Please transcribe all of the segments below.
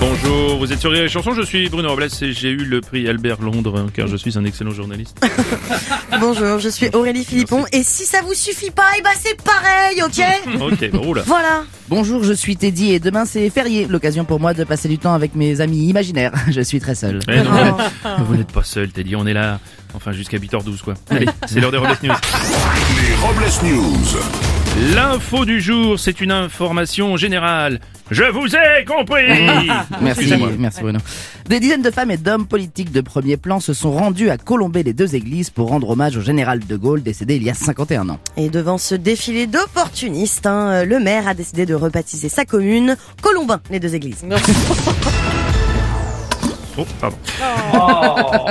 Bonjour, vous êtes sur Rire et Chanson, je suis Bruno Robles et j'ai eu le prix Albert Londres hein, car je suis un excellent journaliste. Bonjour, je suis Aurélie Philippon et si ça vous suffit pas, et bah c'est pareil, ok Ok, bon, oula. Voilà. Bonjour, je suis Teddy et demain c'est férié, l'occasion pour moi de passer du temps avec mes amis imaginaires. Je suis très seul. Eh non, Oh. vous n'êtes pas seul, Teddy, on est là, enfin jusqu'à 8h12 quoi. Allez, c'est l'heure des Robles News. Les Robles News. L'info du jour, c'est une information générale. Je vous ai compris Merci, Excusez-moi. merci Bruno. Des dizaines de femmes et d'hommes politiques de premier plan se sont rendus à Colombey les deux églises pour rendre hommage au général de Gaulle décédé il y a 51 ans. Et devant ce défilé d'opportunistes, hein, le maire a décidé de rebaptiser sa commune Colombin, les deux églises. Oh, pardon.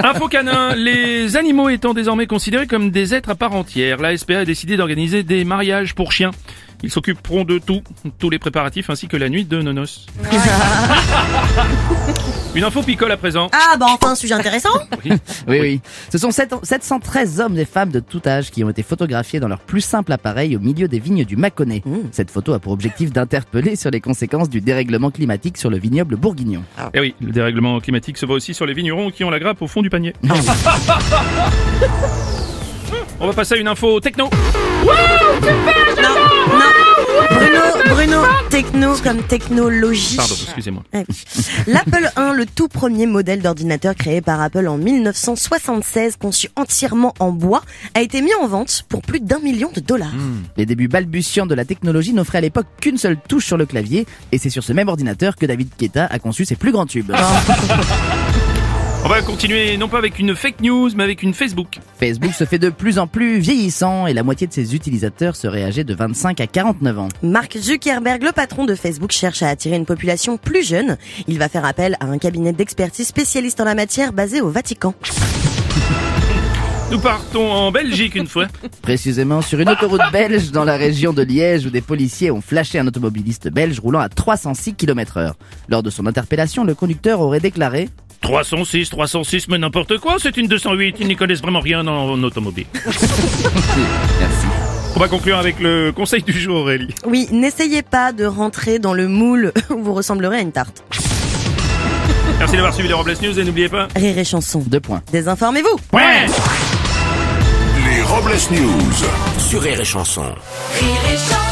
Info canin, les animaux étant désormais considérés comme des êtres à part entière, la SPA a décidé d'organiser des mariages pour chiens. Ils s'occuperont de tout, tous les préparatifs ainsi que la nuit de nonos. Une info picole à présent. Ah bah enfin, sujet intéressant Oui, oui. Ce sont sept- 713 hommes et femmes de tout âge qui ont été photographiés dans leur plus simple appareil au milieu des vignes du Mâconnais. Cette photo a pour objectif d'interpeller sur les conséquences du dérèglement climatique sur le vignoble bourguignon. Eh oui, le dérèglement climatique se voit aussi sur les vignerons qui ont la grappe au fond du panier. On va passer à une info techno. Non, non Bruno, Bruno, techno comme technologie. Pardon, excusez-moi. Ouais. L'Apple 1, le tout premier modèle d'ordinateur créé par Apple en 1976, conçu entièrement en bois, a été mis en vente pour plus d'un million de dollars. Les débuts balbutiants de la technologie n'offraient à l'époque qu'une seule touche sur le clavier, et c'est sur ce même ordinateur que David Guetta a conçu ses plus grands tubes. On va continuer non pas avec une fake news, mais avec une Facebook. Facebook se fait de plus en plus vieillissant, et la moitié de ses utilisateurs seraient âgés de 25 à 49 ans. Mark Zuckerberg, le patron de Facebook, cherche à attirer une population plus jeune. Il va faire appel à un cabinet d'expertise spécialiste en la matière basé au Vatican. Nous partons en Belgique une fois. Précisément sur une autoroute belge dans la région de Liège où des policiers ont flashé un automobiliste belge roulant à 306 km heure. Lors de son interpellation, le conducteur aurait déclaré 306, 306, mais n'importe quoi, c'est une 208, ils n'y connaissent vraiment rien en, en automobile. Merci. On va conclure avec le conseil du jour, Aurélie. Oui, n'essayez pas de rentrer dans le moule où vous ressemblerez à une tarte. Merci d'avoir suivi les Robles News et n'oubliez pas. Rire et chanson. Deux points. Désinformez-vous Ouais Les Robles News. Sur Rire et Chanson. Rire et chanson.